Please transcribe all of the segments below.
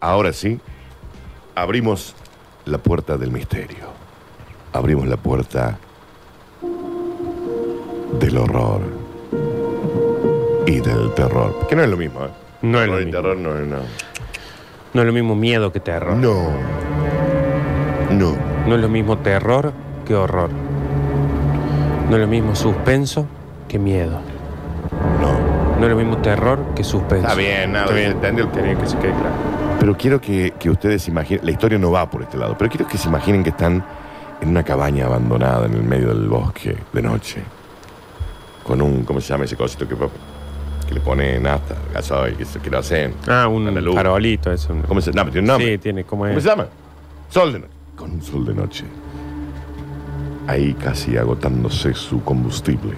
Ahora sí, abrimos la puerta del misterio. Abrimos la puerta del horror y del terror. Que no es lo mismo, ¿eh? No es lo Horror y mismo. terror no, no. No es lo mismo miedo que terror. No. No. No. es lo mismo terror que horror. No es lo mismo suspenso que miedo. No. No es lo mismo terror que suspenso. Está bien, nada, Está bien. entendí el Tenía que se quede claro. Pero quiero que, que ustedes imaginen, la historia no va por este lado, pero quiero que se imaginen que están en una cabaña abandonada en el medio del bosque de noche, con un, ¿cómo se llama ese cosito que, que le ponen hasta gasoil, que, se- que lo hacen? Ah, un Para la luz. farolito, eso. ¿Cómo se llama? ¿Tiene un nombre? Sí, eh. tiene como ¿Cómo es. se llama? Sol de noche. Con un sol de noche. Ahí casi agotándose su combustible.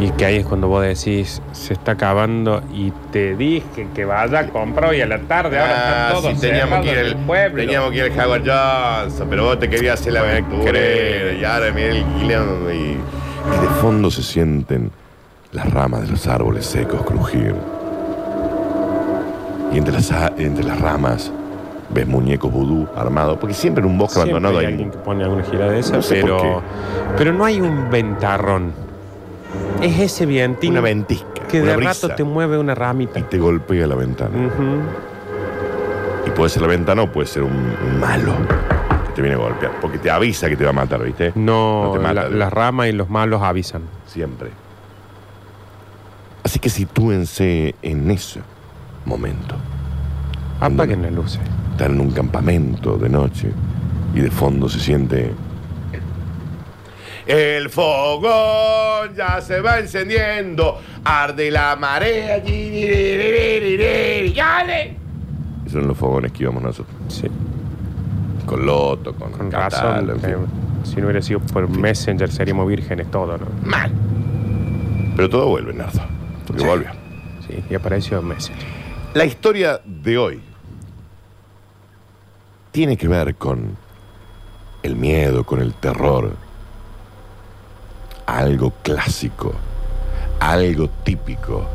Y que ahí es cuando vos decís, se está acabando y te dije que vaya, compra hoy a la tarde, ahora Ah, están todos sí, teníamos cerrados que ir en al el pueblo. Teníamos que ir al Jaguar Johnson, pero vos te querías hacer la Me aventura. crees. Y ahora mirá el Gillian y, y de fondo se sienten las ramas de los árboles secos crujir. Y entre las, a- entre las ramas ves muñecos vudú armados, porque siempre en un bosque Siempre abandonado hay hay alguien que pone alguna gira de esa, No sé por pero, pero no hay un ventarrón. Es ese vientín una ventisca, que una de brisa, rato te mueve una ramita. y te golpea la ventana. Ujú. Mm. Y puede ser la ventana o puede ser un, un malo que te viene a golpear, porque te avisa que te va a matar, ¿viste? No No, te mata, la- ¿no? las ramas y los malos avisan. Siempre. Así que sitúense en ese momento. Apaguen eh. las luces. Están en un campamento de noche y de fondo se siente. El fogón ya se va encendiendo, arde la marea. ¡Dale! Esos son los fogones que íbamos nosotros. Sí, Con loto, con, con catal, en razón. fin. eh, si no hubiera sido por Messenger seríamos vírgenes todos, ¿no? Mal. Pero todo vuelve, Nardo. Porque Sí. volvió. Sí, y apareció Messenger. La historia de hoy tiene que ver con el miedo, con el terror, algo clásico, algo típico,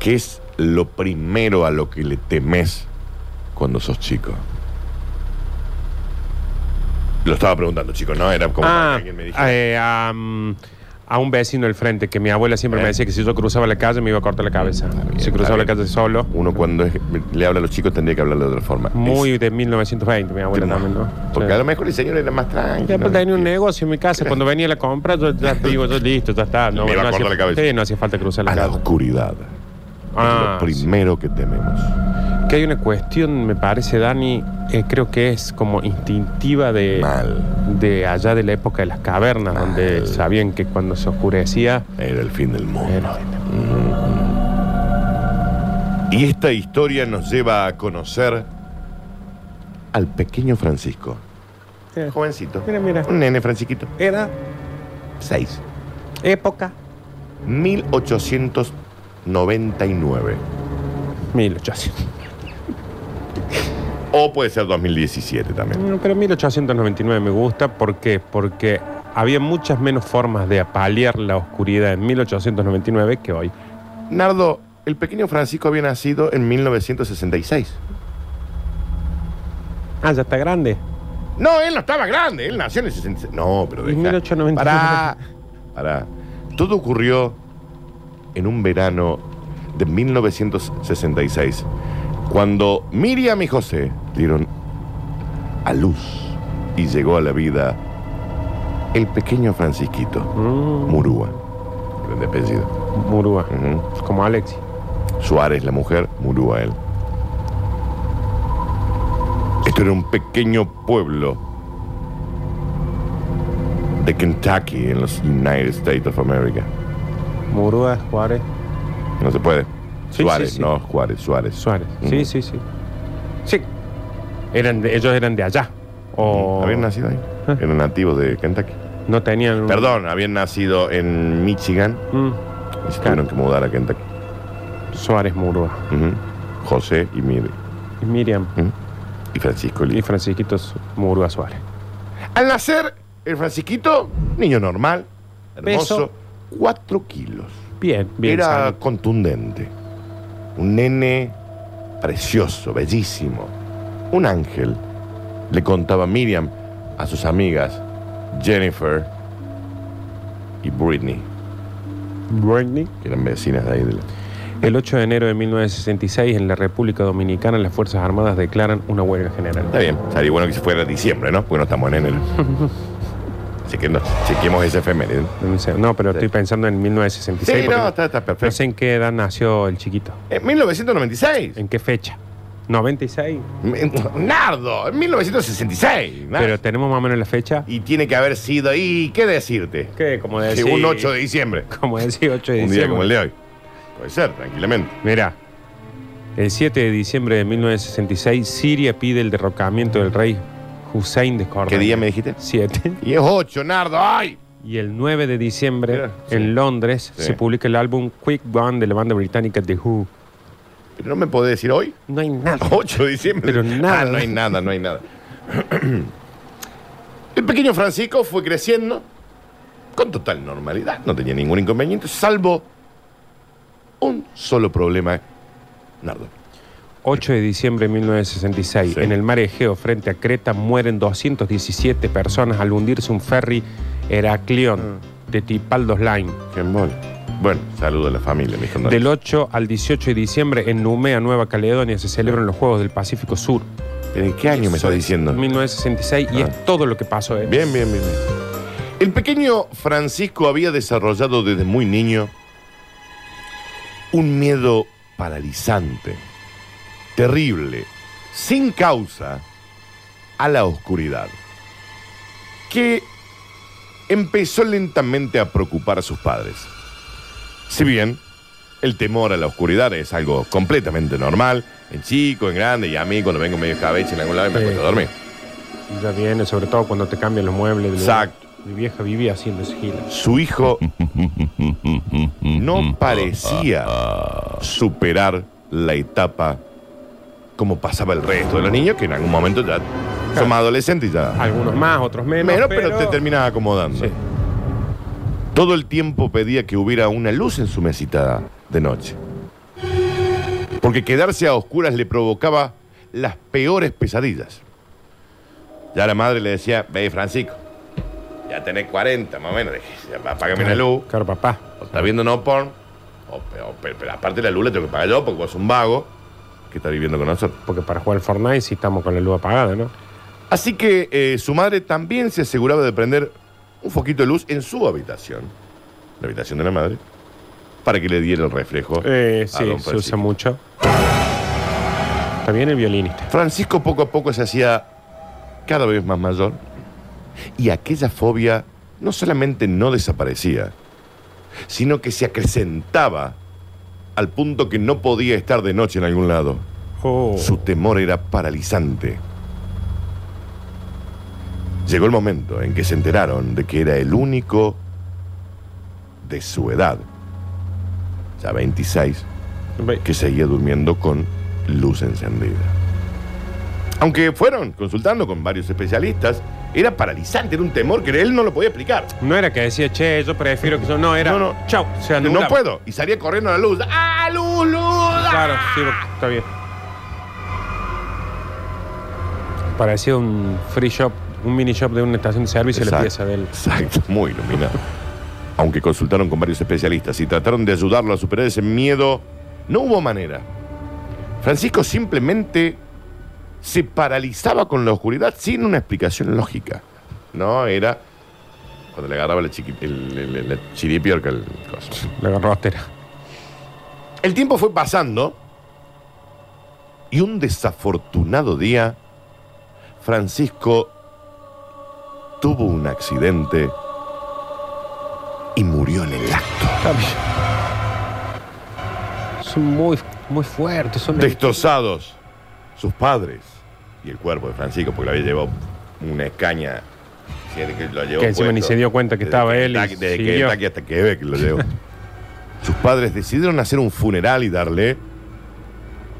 que es lo primero a lo que le temes cuando sos chico. Lo estaba preguntando, chicos, ¿no? Era como para que Ah, alguien me dijera. eh, a, mm, a un vecino del frente que mi abuela siempre ¿Eh? Ah, me decía que si yo cruzaba la calle me iba a cortar la cabeza. bien, si cruzaba está la bien. calle solo. Uno cuando es- le habla a los chicos tendría que hablar de otra forma. Muy de 1920, mi abuela Es- también, ¿no? Porque Sí. a lo mejor el señor era más Y tranquilo. después tenía un negocio en mi casa. Cuando venía la compra, yo ya digo, yo listo, ya está. No, Me iba a no cortar hacía, la cabeza. Sí, no hacía falta cruzar la a la calle. oscuridad. Ah, es lo sí. primero que tememos. Que hay una cuestión, me parece, Dani, eh, creo que es como instintiva de, Mal. de allá de la época de las cavernas, Mal. donde sabían que cuando se oscurecía. Era el fin del mundo. Mm-hmm. Era el fin Y esta historia nos lleva a conocer al pequeño Francisco. eh, Jovencito. Mira, mira. Un nene Francisquito. Era Seis. época 1899. 1800. O puede ser 2017 también. Mm, Pero 1899 me gusta, ¿por qué? Porque había muchas menos formas de apalear la oscuridad en 1899 que hoy. Nardo, el pequeño Francisco había nacido en 1966. Ah, ya está grande. No, él no estaba grande, él nació en el 66. No, pero En deja. 1899. Pará, pará. Todo ocurrió en un verano de 1966, cuando Miriam y José dieron a luz y llegó a la vida el pequeño Francisquito Mm, Murúa, de apellido. Murúa. Ujú. Como Alexi. Suárez, la mujer, Murúa él. Esto era un pequeño pueblo de Kentucky en los United States of America. Murúa, Juárez. No se puede. Sí, Suárez, sí, sí. no Juárez, Suárez. Suárez. Ujú. Sí, sí, sí. Sí. Eran de- ellos eran de allá. O Mm, Habían nacido ahí. Ah. Eran nativos de Kentucky. no tenían. un- Perdón, habían nacido en Michigan Mm, y se tuvieron que mudar a Kentucky. Suárez Murúa. Ujú. José y Miri. Y Miriam Ujú. Y Francisco. el y hijo. Francisquito Su- Murúa Suárez. Al nacer, el Francisquito, niño normal, hermoso, Peso. 4 kilos. Bien, bien. Era sano. contundente. Un nene precioso, bellísimo. Un ángel, le contaba Miriam a sus amigas Jennifer y Britney, Britney. que eran vecinas de ahí. de la- El 8 de enero de 1966 en la República Dominicana las Fuerzas Armadas declaran una huelga general. Está bien, estaría bueno que se fuera diciembre, ¿no? Porque no estamos en enero. Así que no, chequemos ese efeméride. No sé, No, pero estoy pensando en 1966. Sí, porque no, está, está no perfecto. sé en qué edad nació el chiquito. En 1996. ¿En qué fecha? 96. Nardo, en 1966. Nardo. Pero tenemos más o menos la fecha. Y tiene que haber sido, ¿y qué decirte? ¿Qué? Como Sí, decir. un 8 de diciembre. Como decir 8 de Un Eh, diciembre. día como el de hoy. Puede ser, tranquilamente. Mira, el 7 de diciembre de 1966 Siria pide el derrocamiento del rey Hussein de Jordania. ¿Qué día me dijiste? 7. Y es 8, Nardo. ¡Ay! Y el 9 de diciembre Mira, sí. en Londres Sí. se publica el álbum Quick One de la banda británica The Who. Pero no me podés decir hoy. No hay nada. 8 de diciembre. Pero nada. Ah, no hay nada, no hay nada. El pequeño Francisco fue creciendo con total normalidad, no tenía ningún inconveniente, salvo un solo problema, Nardo. 8 de diciembre de 1966, Sí. en el mar Egeo, frente a Creta, mueren 217 personas al hundirse un ferry Heraclión de Tipaldos Line. Qué embole. Bueno, saludo a la familia, mi hijo. Del 8 al 18 de diciembre, en Numea, Nueva Caledonia, se celebran los Juegos del Pacífico Sur. ¿En qué año me estás diciendo? 1966, y Ah. es todo lo que pasó. ¿eh? Bien, bien, bien. bien. El pequeño Francisco había desarrollado desde muy niño un miedo paralizante, terrible, sin causa, a la oscuridad, que empezó lentamente a preocupar a sus padres. Si bien el temor a la oscuridad es algo completamente normal, en chico, en grande, y a mí cuando vengo medio escabeche en algún lado me Sí. acuesto a dormir. Ya viene, sobre todo cuando te cambian los muebles. del lugar. Exacto. Mi vieja vivía haciendo ese giro. su hijo no parecía superar la etapa como pasaba el resto de los niños, que en algún momento ya somos adolescentes y ya. Algunos más, otros menos. Menos, pero te terminas acomodando. Sí. Todo el tiempo pedía que hubiera una luz en su mesita de noche. Porque quedarse a oscuras le provocaba las peores pesadillas. Ya la madre le decía, ve Francisco, ya tenés 40 más o menos, ya, apágame Eh. la luz. Claro, papá. O estás viendo no porn. O, o- pero, pero aparte la luz la tengo que pagar yo porque vos sos un vago que está viviendo con nosotros. Porque para jugar al Fortnite sí estamos con la luz apagada, ¿no? Así que eh, su madre también se aseguraba de prender un foquito de luz en su habitación, la habitación de la madre, para que le diera el reflejo. Eh, a sí, don se usa Francisco. mucho. También el violinista. Francisco poco a poco se hacía cada vez más mayor y aquella fobia no solamente no desaparecía, sino que se acrecentaba al punto que no podía estar de noche en algún lado. Oh. Su temor era paralizante. Llegó el momento en que se enteraron de que era el único de su edad, ya 26, que seguía durmiendo con luz encendida. Aunque fueron consultando con varios especialistas, era paralizante, era un temor que él no lo podía explicar. No era que decía, che, yo prefiero que yo. No, era. No, no. Chau. Se anulaba. No puedo. Y salía corriendo a la luz. ¡Ah, luz, luz! ¡Ah! Claro, sí, está bien. Parecía un free shop, un mini shop de una estación de servicio Exacto. la pieza de él. Exacto, muy iluminado. Aunque consultaron con varios especialistas y trataron de ayudarlo a superar ese miedo, no hubo manera. Francisco simplemente se paralizaba con la oscuridad sin una explicación lógica. No, era cuando le agarraba la, chiqui- el, el- el- la chiripiorca al coso. La garrotera. El tiempo fue pasando y un desafortunado día, Francisco tuvo un accidente y murió en el acto. Son muy, muy fuertes, son Destrozados sus padres y el cuerpo de Francisco, porque lo había llevado una escaña. si es que lo llevó Que encima ni puesto se dio cuenta que desde estaba él y Kentucky- Desde siguió. Kentucky hasta Quebec lo llevó. sus padres decidieron hacer un funeral y darle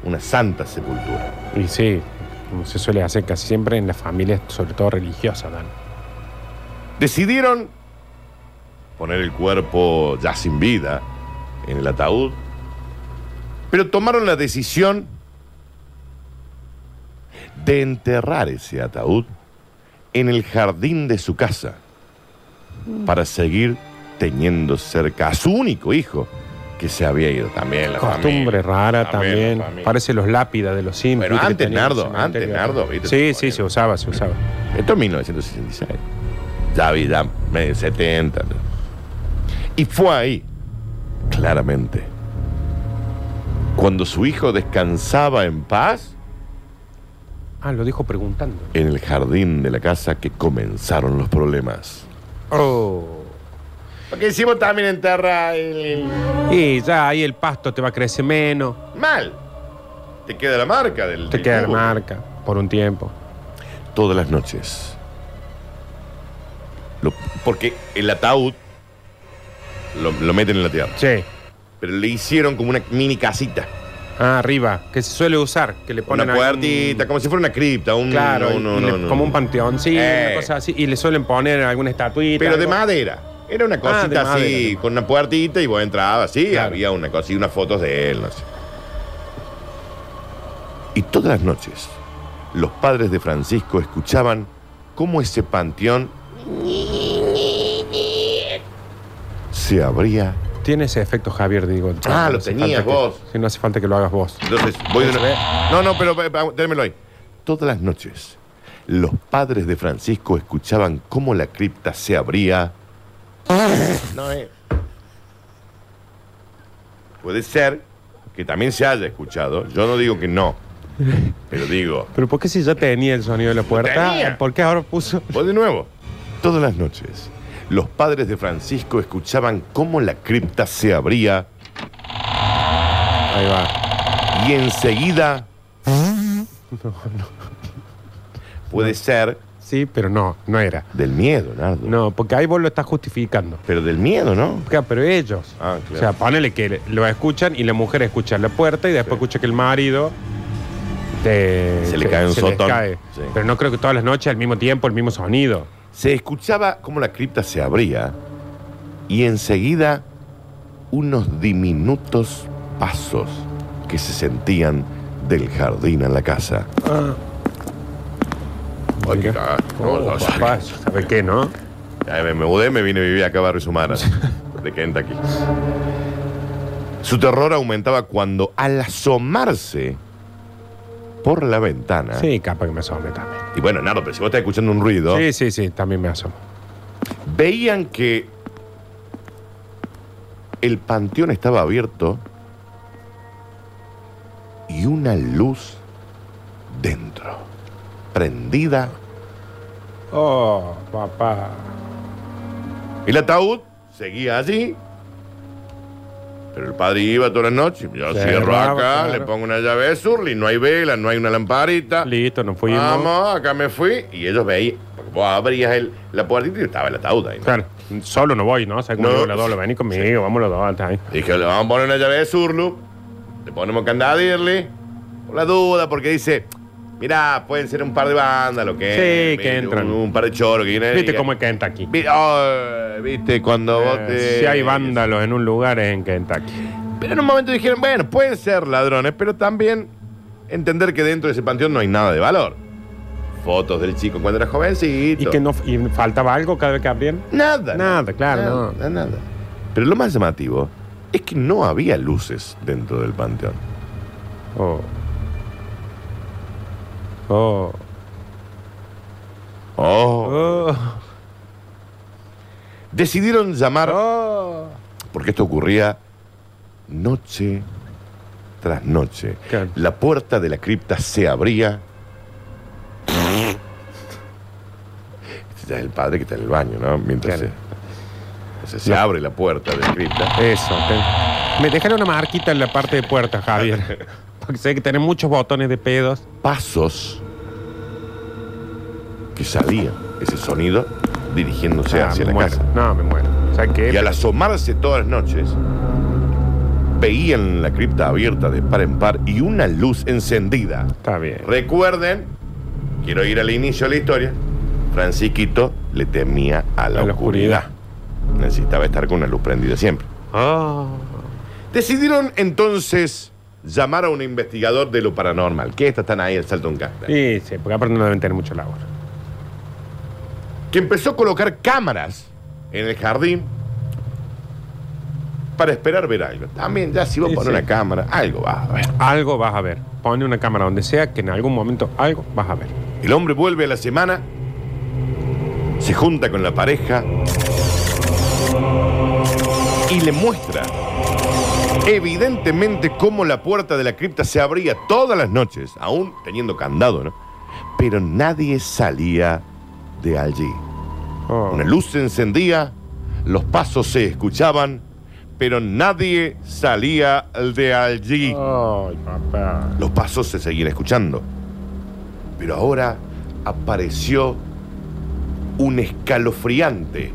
una santa sepultura. Y sí, como se suele hacer casi siempre en las familias, sobre todo religiosas, Dan. Decidieron poner el cuerpo ya sin vida en el ataúd, pero tomaron la decisión de enterrar ese ataúd en el jardín de su casa para seguir teniendo cerca a su único hijo que se había ido también. La familia. Costumbre rara También, también. la familia. Parece los lápidas de los Sims. Bueno, ¿viste? que antes, tenían en el Nardo, cementerio. antes, Nardo, ¿viste? Sí, sí, se usaba, se usaba. Esto es 1966. Ya vi, ya medio 70. ¿no? Y fue ahí, claramente, cuando su hijo descansaba en paz Ah, lo dijo preguntando. en el jardín de la casa que comenzaron los problemas. Oh. Porque hicimos también enterrar el- Y ya ahí el pasto te va a crecer menos. el- Mal. Te queda la marca del. Te del queda la cubo. marca por un tiempo. Todas las noches. Lo- porque el ataúd lo, lo meten en la tierra. Sí. Pero le hicieron como una mini casita. Ah, arriba, que se suele usar, que le ponen una ahí un- puertita, como si fuera una cripta, un. Claro, no, y- no, y no, le- no, como no. un panteón, sí, Eh. una cosa así, y le suelen poner alguna estatuita. Pero de algo. madera. Era una Ah, de cosita así, madera, de- con una puertita y vos entrabas así, Claro. había una cosa y unas fotos de él, no sé. Y todas las noches, los padres de Francisco escuchaban cómo ese panteón se abría. Tiene ese efecto Javier, digo. Ah, No lo hace tenías falta que- vos. Sí, no hace falta que lo hagas vos. Entonces, voy de ¿Se ve? una- No, no, pero eh, eh, démelo ahí. Todas las noches, los padres de Francisco escuchaban cómo la cripta se abría. No eh. es. Puede ser que también se haya escuchado. Yo no digo que no, pero digo. Pero ¿por qué si ya tenía el sonido de la puerta? tenía. ¿Por qué ahora puso? Voy de nuevo. Todas las noches, los padres de Francisco escuchaban cómo la cripta se abría Ahí va. y enseguida. Puede ser Sí, pero no, no era. Del miedo, Nardo. No, porque ahí vos lo estás justificando. Pero del miedo, ¿no? Claro, pero ellos. Ah, claro. O sea, ponele que le- lo escuchan y la mujer escucha la puerta y después escucha que el marido te- Se le cae un se les sotón. cae. Sí. Pero no creo que todas las noches al mismo tiempo, el mismo sonido. Se escuchaba cómo la cripta se abría y enseguida unos diminutos pasos que se sentían del jardín a la casa. Ay, qué cagada. No, no, sí. ¿Sabes oh, qué, no? Ya me, me mudé, me vine a vivir acá a Barrio Sumara, de Kentucky. Su terror aumentaba cuando al asomarse por la ventana. Sí, capaz que me asome también. Y bueno, Nardo, pero si vos estás escuchando un ruido. Sí, sí, sí, también me asomo. veían que el panteón estaba abierto y una luz dentro, prendida. Oh, papá. El ataúd seguía allí. Pero el padre iba toda la noche. Yo Cerraba, cierro acá, claro. le pongo una llave de surly, no hay vela, no hay una lamparita. Listo, nos fuimos. Vamos, acá me fui. Y ellos veían, porque vos abrías el- la puertita y estaba el ataúd ahí. ¿no? Claro, solo no voy, ¿no? O sea, como No. digo, los dos, lo vení conmigo, vamos los dos hasta ahí. Dije, le vamos a poner una llave de surlu, le ponemos candado a irle, por la duda, porque dice, mirá, pueden ser un par de bandas, lo que es, Sí, que un- entran. Un, par de choros que vienen. Viste y- cómo es Kentucky. Vi- oh, Viste, cuando vos Eh, te. si hay vándalos en un lugar es en Kentucky. Pero en un momento dijeron, bueno, pueden ser ladrones, pero también entender que dentro de ese panteón no hay nada de valor. Fotos del chico cuando era jovencito. Y que no y faltaba algo cada vez que abrían. Nada. Nada, claro, Nada, no. nada, nada. Pero lo más llamativo es que no había luces dentro del panteón. Oh. Oh. Oh. Oh. Decidieron llamar, Oh. porque esto ocurría noche tras noche. Claro. La puerta de la cripta se abría. Este ya es el padre que está en el baño, ¿no? Mientras Claro. se, o sea, se abre la puerta de la cripta. Eso. te- Me dejaron una marquita en la parte de puerta, Javier. Porque sé que tenés muchos botones de pedos. Pasos que salían, ese sonido dirigiéndose Ah, hacia me la muero. casa. No, me muero. O sea que. Y al asomarse todas las noches, veían la cripta abierta de par en par y una luz encendida. Está bien. Recuerden, quiero ir al inicio de la historia, Francisquito le temía a la, A la oscuridad. Necesitaba estar con una luz prendida siempre. Oh. Decidieron entonces llamar a un investigador de lo paranormal. Que estas están ahí, el salto en casta. Sí, sí, porque aparte no deben tener mucho labor. que empezó a colocar cámaras en el jardín para esperar ver algo. También, ya si vos Sí, pones sí. una cámara, algo vas a ver. Algo vas a ver. Pone una cámara donde sea que en algún momento algo vas a ver. El hombre vuelve a la semana, se junta con la pareja y le muestra evidentemente cómo la puerta de la cripta se abría todas las noches, aún teniendo candado, ¿no? Pero nadie salía de allí. Oh. Una luz se encendía, los pasos se escuchaban, pero nadie salía de allí. Ay, papá. Los pasos se seguían escuchando. Pero ahora apareció un escalofriante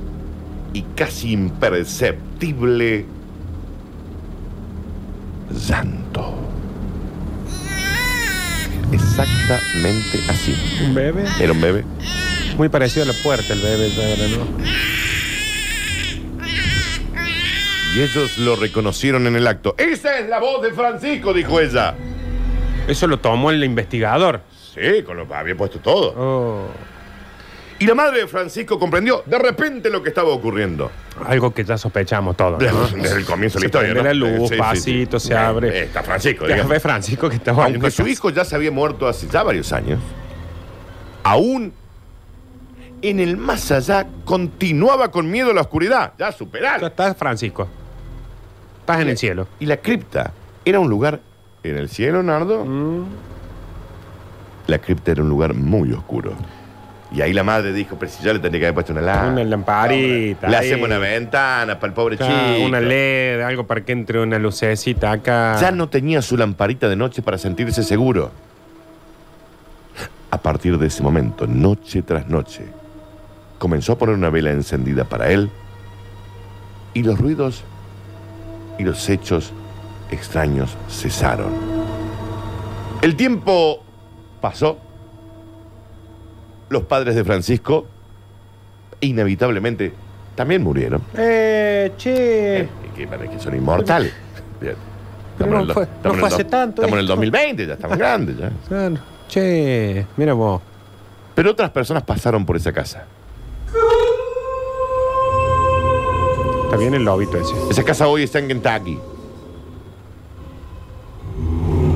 y casi imperceptible llanto. Exactamente así. ¿Un bebé? Era un bebé. Muy parecido a la puerta el bebé, ya era, ¿no? Y ellos lo reconocieron en el acto. Esa es la voz de Francisco, dijo ella. Eso lo tomó el investigador. Sí, con lo había puesto todo. Oh. Y la madre de Francisco comprendió de repente lo que estaba ocurriendo. Algo que ya sospechamos todos. ¿no? Desde el comienzo de la Se historia. prende la ¿no? luz, Sí, sí, sí. pasito, se abre. Eh, Está Francisco, Ya digamos. ve Francisco que estaba Aunque su hijo ya se había muerto hace ya varios años, aún en el más allá continuaba con miedo a la oscuridad. Ya Ya superar. estás, Francisco. Estás en el cielo. Y la cripta era un lugar. En el cielo, Mm. Nardo. La cripta era un lugar muy oscuro. Y ahí la madre dijo, pero si yo le tendría que haber puesto una lámpara. Ah. Una lamparita, Le ahí. hacemos una ventana para el pobre Acá, chico. una LED, algo para que entre una lucecita acá. Ya no tenía su lamparita de noche para sentirse seguro. A partir de ese momento, noche tras noche, comenzó a poner una vela encendida para él y los ruidos y los hechos extraños cesaron. El tiempo pasó. Los padres de Francisco inevitablemente también murieron. Eh, che. Eh, que, para que son inmortales. Bien. Pero no en el do- fue- no en fue el do- hace tanto Estamos en el esto. 2020, ya estamos grandes. Ya. Claro. Che, mira vos. Pero otras personas pasaron por esa casa. Está bien el lobito ese. Esa casa hoy está en Kentucky.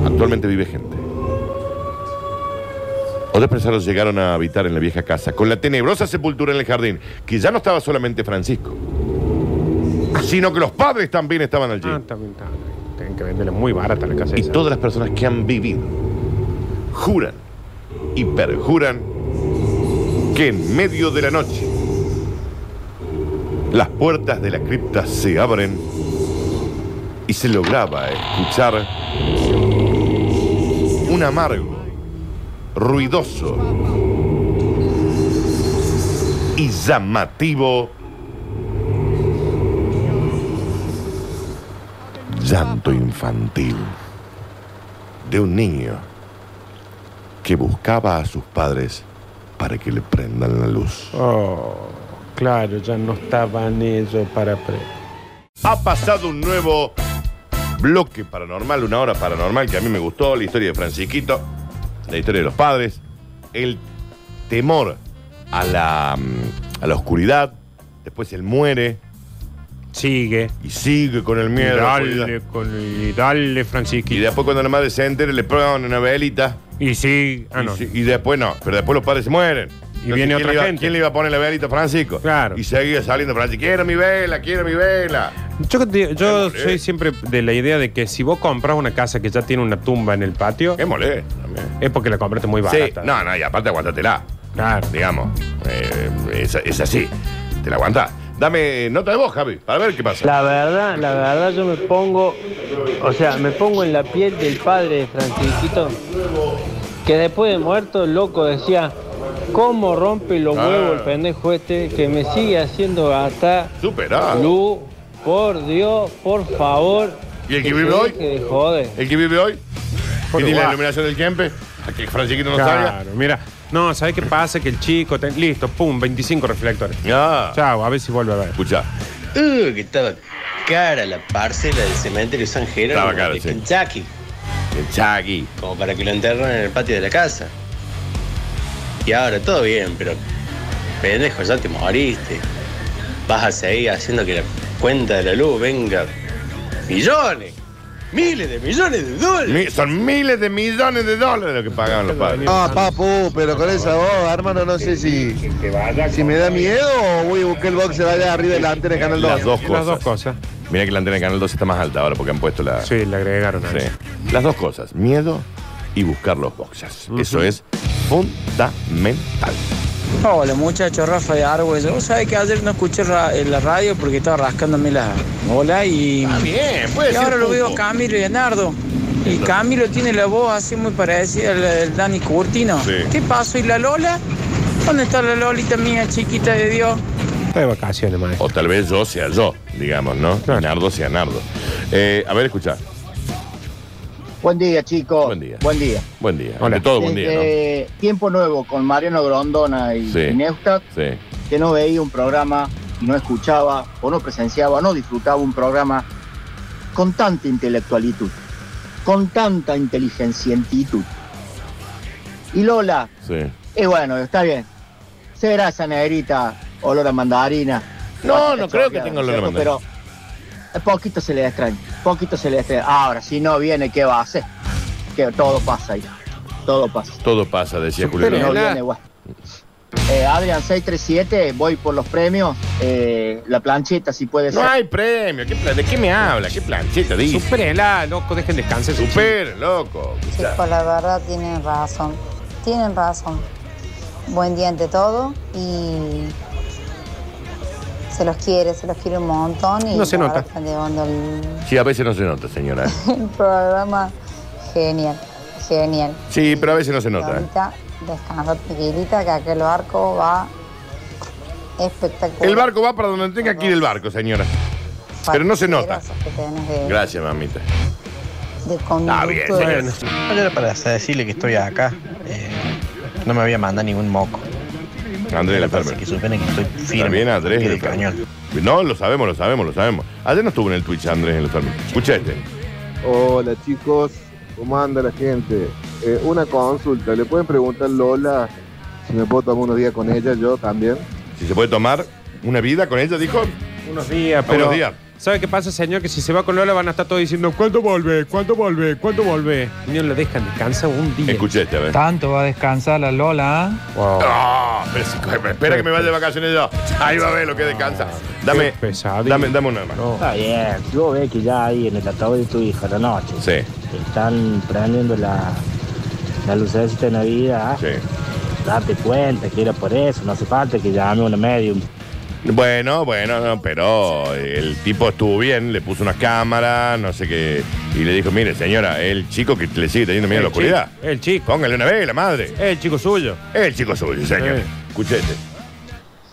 Actualmente vive gente. Otras personas llegaron a habitar en la vieja casa, con la tenebrosa sepultura en el jardín, que ya no estaba solamente Francisco, sino que los padres también estaban allí. Ah, está bien, está bien. Tienen que venderle muy barata la casa Y esa. todas las personas que han vivido juran y perjuran que en medio de la noche las puertas de la cripta se abren y se lograba escuchar un amargo, ruidoso y llamativo llanto infantil de un niño que buscaba a sus padres para que le prendan la luz. Oh, claro, ya no estaban ellos para pre. Ha pasado un nuevo bloque paranormal, una hora paranormal que a mí me gustó, la historia de Francisquito, la historia de los padres, el temor a la, mm, a la oscuridad, después él muere Sigue. y sigue con el Y miedo. a la oscuridad. dale, con, y dale, Y Francisquito. después cuando la madre se entere le prueban una velita. Y sigue. Ah, y, no. si- y después no, pero después los padres se mueren. Entonces, viene ¿quién otra le iba- gente. ¿Quién le iba a poner la velita a Francisco? Claro. Y seguía saliendo Francisco, quiero mi vela, quiero mi vela. Yo, te- yo Démosle. soy siempre de la idea de que si vos compras una casa que ya tiene una tumba en el patio, Qué molesto. también. es porque la compraste muy barata. Sí, no, no, y aparte aguántatela, Claro. digamos. Eh, es, es así, te la aguantás. Dame nota de voz, Javi, para ver qué pasa. La verdad, la verdad yo me pongo, o sea, me pongo en la piel del padre de Francisquito, que después de muerto, el loco decía, ¿cómo rompe los Ah. huevos el pendejo este que me sigue haciendo gastar Superá. luz? Por Dios, por favor. ¿Y el que se vive hoy? deje de joder. El que vive hoy, Por que tiene la guapo. iluminación del Kempe, a que Francisquito no salga. Claro, mira. No, ¿sabes qué pasa? Que el chico. te- Listo, pum, 25 reflectores. Ah, Chao, a ver si vuelve a ver. escucha. Uh, que estaba cara la parcela del cementerio San Jerónimo Estaba cara, de sí. Kentucky. El Chagui. como para que lo enterraran en el patio de la casa. Y ahora todo bien, pero pendejo, ya te moriste. Vas a seguir haciendo que la cuenta de la luz venga millones, miles de millones de dólares. Mi- son miles de millones de dólares lo que pagaban los padres. Ah, papu, pero con esa voz, hermano, no sé si, si me da miedo o voy a buscar el boxer allá arriba de la antena de Canal 2. Las dos Las dos cosas. cosas. Mira que la antena de Canal 2 está más alta ahora porque han puesto la. Sí, le agregaron a Sí. eso. Las dos cosas, miedo y buscar los boxers. Eso es fundamental. Hola muchachos, Rafa de Argüello. Vos sabés que ayer no escuché ra- en la radio porque estaba rascándome la bola y, bien, puede y ahora lo veo a Camilo y Leonardo. Y Camilo tiene la voz así muy parecida a la del Dani Curtino. Sí. ¿Qué pasó? ¿Y la Lola? ¿Dónde está la Lolita mía, chiquita de Dios? Está de vacaciones, maestro. O tal vez yo sea yo, digamos, ¿no? Claro. Nardo sea Nardo. Eh, a ver, escuchá. Buen día, chicos. Buen día. Buen día. Buen día. Hola. Ante todo, buen día, ¿no? Desde Tiempo Nuevo con Mariano Grondona y Sí. y Neustadt, Sí. que no veía un programa, no escuchaba o no presenciaba, no disfrutaba un programa con tanta intelectualitud, con tanta inteligencientitud. Y Lola, Sí. y bueno, está bien. Será esa negrita, olor a mandarina. No, Bastante no creo que choqueada, tenga olor a ¿no es mandarina. cierto? Pero poquito se le extraña, poquito se le extraña. Ahora, si no viene, ¿qué va a hacer? Que todo pasa ahí, todo pasa. Todo pasa, decía Julio. Si no Iglesias. viene, bueno. Eh, Adrian 637, voy por los premios. Eh, la plancheta, si puede No ser. hay premio. ¿Qué plan- ¿De qué me habla? ¿Qué plancheta dice? Supérenla, loco, dejen descansar. Super, loco. Chicos, pues, la verdad tienen razón. Tienen razón. Buen día ante todo y se los quiere, se los quiere un montón y No se la nota. verdad están llevando el, Sí, a veces no se nota, señora. el programa genial, genial. Sí, pero a veces no se nota. ¿eh? Ahorita descansa tranquilita que aquel barco va espectacular. El barco va para donde tenga que ir el barco, señora. pero no se nota. Fastidiosas que tenés de- Gracias, mamita. de Está bien, conductores. señora. No era para decirle que estoy acá. eh, no me había mandado ningún moco. Andrés el Era para enfermero. Que supone que estoy Está firme. bien, al Andrés pie el del enfermero. cañón. No, lo sabemos, lo sabemos, lo sabemos. Ayer no estuvo en el Twitch Andrés el enfermero. Escucha este. Hola chicos, ¿cómo anda la gente? Eh, una consulta, ¿le pueden preguntar a Lola si me puedo tomar unos días con ella, yo también? Si se puede tomar una vida con ella, dijo. Unos días, pero. Unos días. ¿Sabe qué pasa, señor? Que si se va con Lola van a estar todos diciendo ¿Cuándo volve? ¿Cuándo volve? ¿Cuándo volve? Y no lo dejan descansa un día. Escucha este, a ver. Tanto va a descansar la Lola. Wow. Ah, pero si- espera que me vaya de vacaciones yo. Ahí va a ver lo que descansa. Dame, Qué pesadilla. dame, dame una más. No. Está bien, yo ves que ya ahí en el ataúd de tu hija a la noche Sí, están prendiendo la, la lucecita de Navidad. sí. Date cuenta que era por eso, no hace falta que llame una medium. Bueno, bueno, no, pero el tipo estuvo bien, le puso unas cámaras, no sé qué. Y le dijo, mire, señora, el chico que le sigue teniendo miedo a la El chico, oscuridad. El chico. Póngale una vez la madre. El chico suyo. El chico suyo, señor. Sí. Escuchete.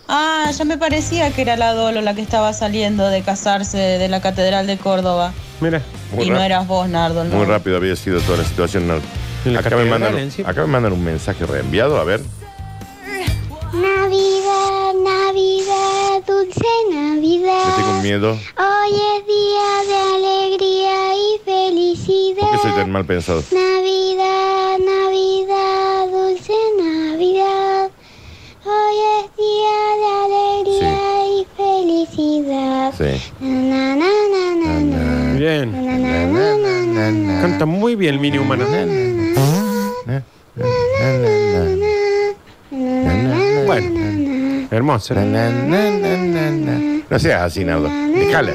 Ah, ya me parecía que era la Dolo la que estaba saliendo de casarse de la Catedral de Córdoba. Mira. Muy y no rap- eras vos, Nardo. ¿no? Muy rápido había sido toda la situación. no. En la Acá, me catedral mandan, encima. acá me mandan un mensaje reenviado, a ver. Navidad, Navidad, dulce Le tengo un Navidad. miedo. Hoy es día de alegría y ¿Por qué soy felicidad. tan mal pensado? Navidad, Navidad, dulce Navidad. Hoy es día de alegría y felicidad. Sí. Na, na, na, na, na. Bien. Na, na, na, na, na, na. Canta muy bien el mini humano. Na, na, na, Bueno. na, na. Hermoso. No seas así, Nardo. Déjala.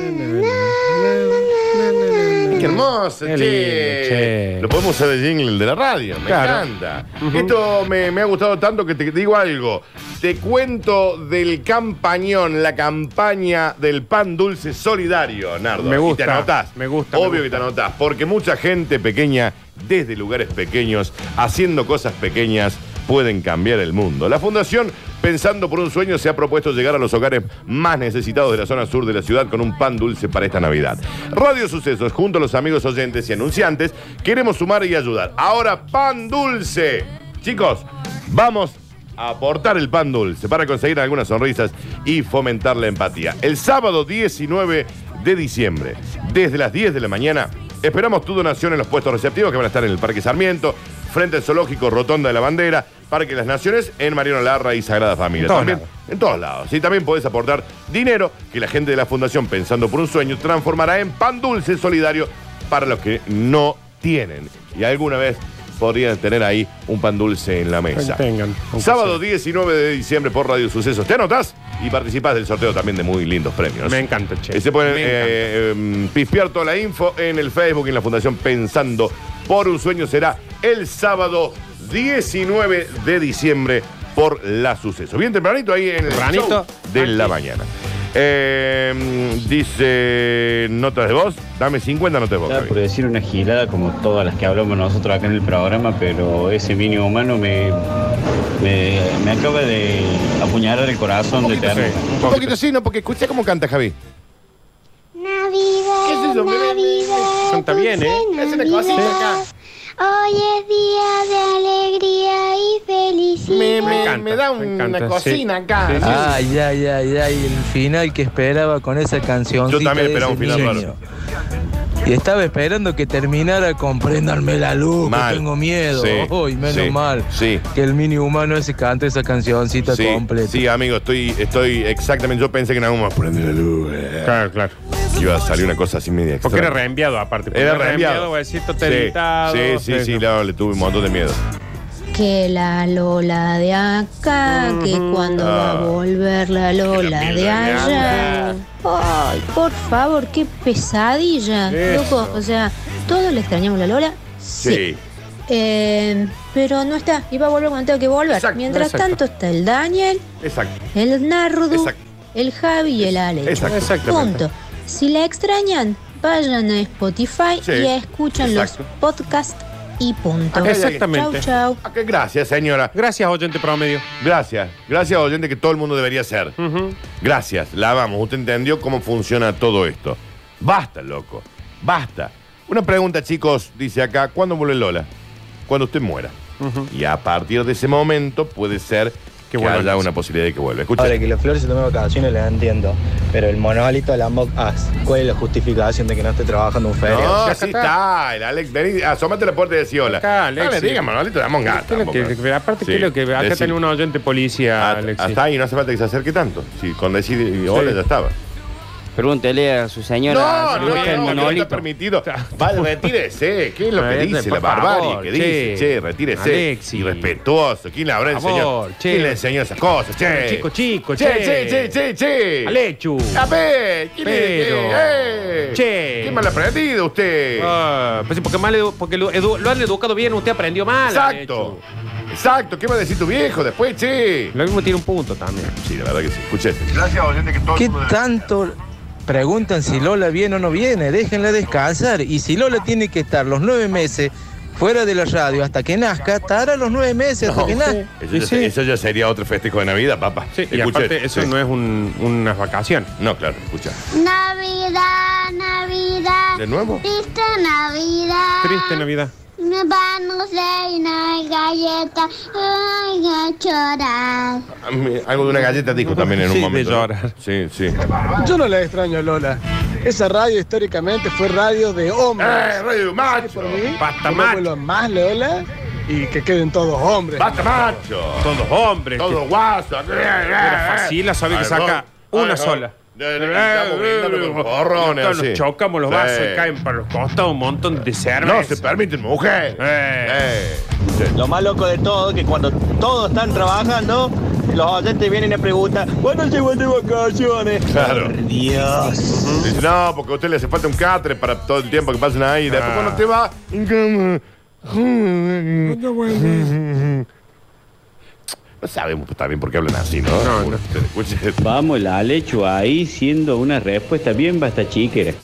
Qué hermoso, Qué che. lindo, che. Lo podemos usar de jingle el de la radio, me Claro. encanta. Esto me, me ha gustado tanto que te digo algo. Te cuento del campañón, la campaña del pan dulce solidario, Nardo. Me gusta, Y te anotás. me gusta, Obvio me que te anotás, porque mucha gente pequeña, desde lugares pequeños, haciendo cosas pequeñas, pueden cambiar el mundo. La Fundación Pensando por un Sueño se ha propuesto llegar a los hogares más necesitados de la zona sur de la ciudad con un pan dulce para esta Navidad. Radio Sucesos, junto a los amigos oyentes y anunciantes, queremos sumar y ayudar. Ahora, pan dulce. Chicos, vamos a aportar el pan dulce para conseguir algunas sonrisas y fomentar la empatía. El sábado 19 de diciembre, desde las 10 de la mañana, Esperamos tu donación en los puestos receptivos que van a estar en el Parque Sarmiento, frente al Zoológico, Rotonda de la Bandera, Parque de las Naciones, en Mariano Larra y Sagrada Familia. En todos también, en todos lados. Y también podés aportar dinero que la gente de la Fundación Pensando por un Sueño transformará en pan dulce solidario para los que no tienen. Y alguna vez podrían tener ahí un pan dulce en la mesa. Tengan, aunque Sábado 19 de diciembre por Radio Sucesos. Te anotás y participás del sorteo también de muy lindos premios. Me encanta, che. Eh, Se pueden Me eh, em, pispear toda la info en el Facebook y en la Fundación Pensando por un Sueño. Será el sábado 19 de diciembre por la suceso. Bien tempranito ahí en el Tempranito, show de la mañana. Eh, dice notas de voz. Dame 50 notas de voz. Javi. Por decir una gilada como todas las que hablamos nosotros acá en el programa, pero ese mínimo humano me, me, me acaba de apuñalar el corazón de tener. Un poquito sí, no, porque escucha cómo canta Javi. Navidad, Oh, Navidad. Canta bien, ¿eh? dulce Navidad. Hoy es día de alegría y felicidad. Me, me- encanta, me da me una encanta, sí. cocina acá. Sí, sí. Ah. Ay, ay, ay, ay, el final que esperaba con esa canción. Yo también esperaba un final Y estaba esperando que terminara con Préndanme la luz, que Mal. tengo miedo. Sí, Ay, menos sí, mal Sí. que el mini humano ese cante esa cancioncita Sí, completa. sí, amigo, estoy, estoy exactamente. Yo pensé que en algún momento prende la luz. eh. Claro, claro. Iba a salir una cosa así media Porque extraña. era reenviado aparte. Porque Era reenviado. voy a decir, Sí, total editado, sí, sí, pero- sí, claro, le tuve un montón de miedo. Que la Lola de acá, que cuando va a Ah. volver la Lola de allá. Ay, por favor, qué pesadilla. Eso. Loco, o sea, todos le extrañamos la Lola. Sí. Eh, pero no está, y va a volver cuando tenga que volver. Exacto, Mientras exacto. tanto está el Daniel, Exacto. el Nardu, Exacto. el Javi y el Alex. Exacto. Exactamente. Punto. Si la extrañan, vayan a Spotify Sí, y escuchan exacto. los podcasts y punto. Acá hay alguien. Exactamente. Chau, chau. Ah, qué Gracias, señora. Gracias, oyente promedio. Gracias. Gracias, oyente, que todo el mundo debería ser. Gracias, la amamos. Usted entendió cómo funciona todo esto. Basta, loco. Basta. Una pregunta, chicos, dice acá, ¿cuándo vuelve Lola? Cuando usted muera. Y a partir de ese momento puede ser que, vuelva haya Nancy. una posibilidad de que vuelva. Escucha. Ahora que los flores se tomen vacaciones, la entiendo. Pero el monolito de la Moc As, ¿cuál es la justificación de que no esté trabajando un feriado? No, así está. El Alex, vení, asómate a la puerta y decí hola. Acá, Alexis. Dale, dígame, Manolito, damos un gato. ¿Qué es lo que- pero aparte, ¿qué es lo que- acá tenés un oyente policía, Alexis. Ah, Hasta ahí, no hace falta que se acerque tanto. Si con decir eh, hola Sí. ya estaba. Pregúntele a su señora. No, si le no, gusta el no, no está monolito. permitido. Vale, retírese. ¿Qué es lo que Eh, dice por la barbarie favor, que dice? che. Che, retírese. Alexis. Irrespetuoso. ¿Quién le habrá Por favor, enseñado? che. ¿Quién le enseñó esas cosas? Che. Chico, chico, Che, che, che, che, Ah, che. Alechu. A ver, ¿quién es? Pero. Eh, eh. Che. Qué mal aprendido usted. Ah, pues sí, porque, mal edu- porque lo, edu- lo han educado bien, usted aprendió mal. Exacto. Exacto. ¿Qué va a decir tu viejo después, che? Lo mismo tiene un punto también. Sí, la verdad que sí. Escuché. Gracias, oyente, que todo ¿Qué tanto preguntan si Lola viene o no viene? Déjenla descansar. Y si Lola tiene que estar los nueve meses fuera de la radio hasta que nazca, estará los nueve meses hasta que nazca. Eso, ya, eso ya sería otro festejo de Navidad, papá. Sí, y Escuché. aparte, eso Sí. no es un- unas vacaciones. No, claro, escucha. Navidad, Navidad. ¿De nuevo? Triste Navidad. Triste Navidad. Me van a hacer una galleta. Voy a llorar. Ah, me- Algo de una galleta dijo también en un Sí, de momento. ¿no? llorar. Sí, sí. Yo no la extraño, Lola. Esa radio históricamente fue radio de hombres. ¡Eh, radio macho! Por mí, Basta yo macho. me vuelvo más Lola y que queden todos hombres. ¡Basta, macho! Todos hombres. Todo guaso. ¡eh, Era fácil, la sabe que saca una sola. Estamos brindando con porrones, Nosotros así. nos Eh, chocamos los Sí. vasos y caen para los costados un montón de cervezas. No se permiten, mujer. Eh. Lo más loco de todo es que cuando todos están trabajando, los oyentes vienen y preguntan, ¿cuándo se vuelven de vacaciones? Claro. Dios. Dice, no, porque a usted le hace falta un catre para todo el tiempo que pasen ahí. Después Ah. cuando te va. No sabemos también por qué hablan así, ¿no? No, no. Vamos, la Alechu ahí siendo una respuesta bien basta chiquera.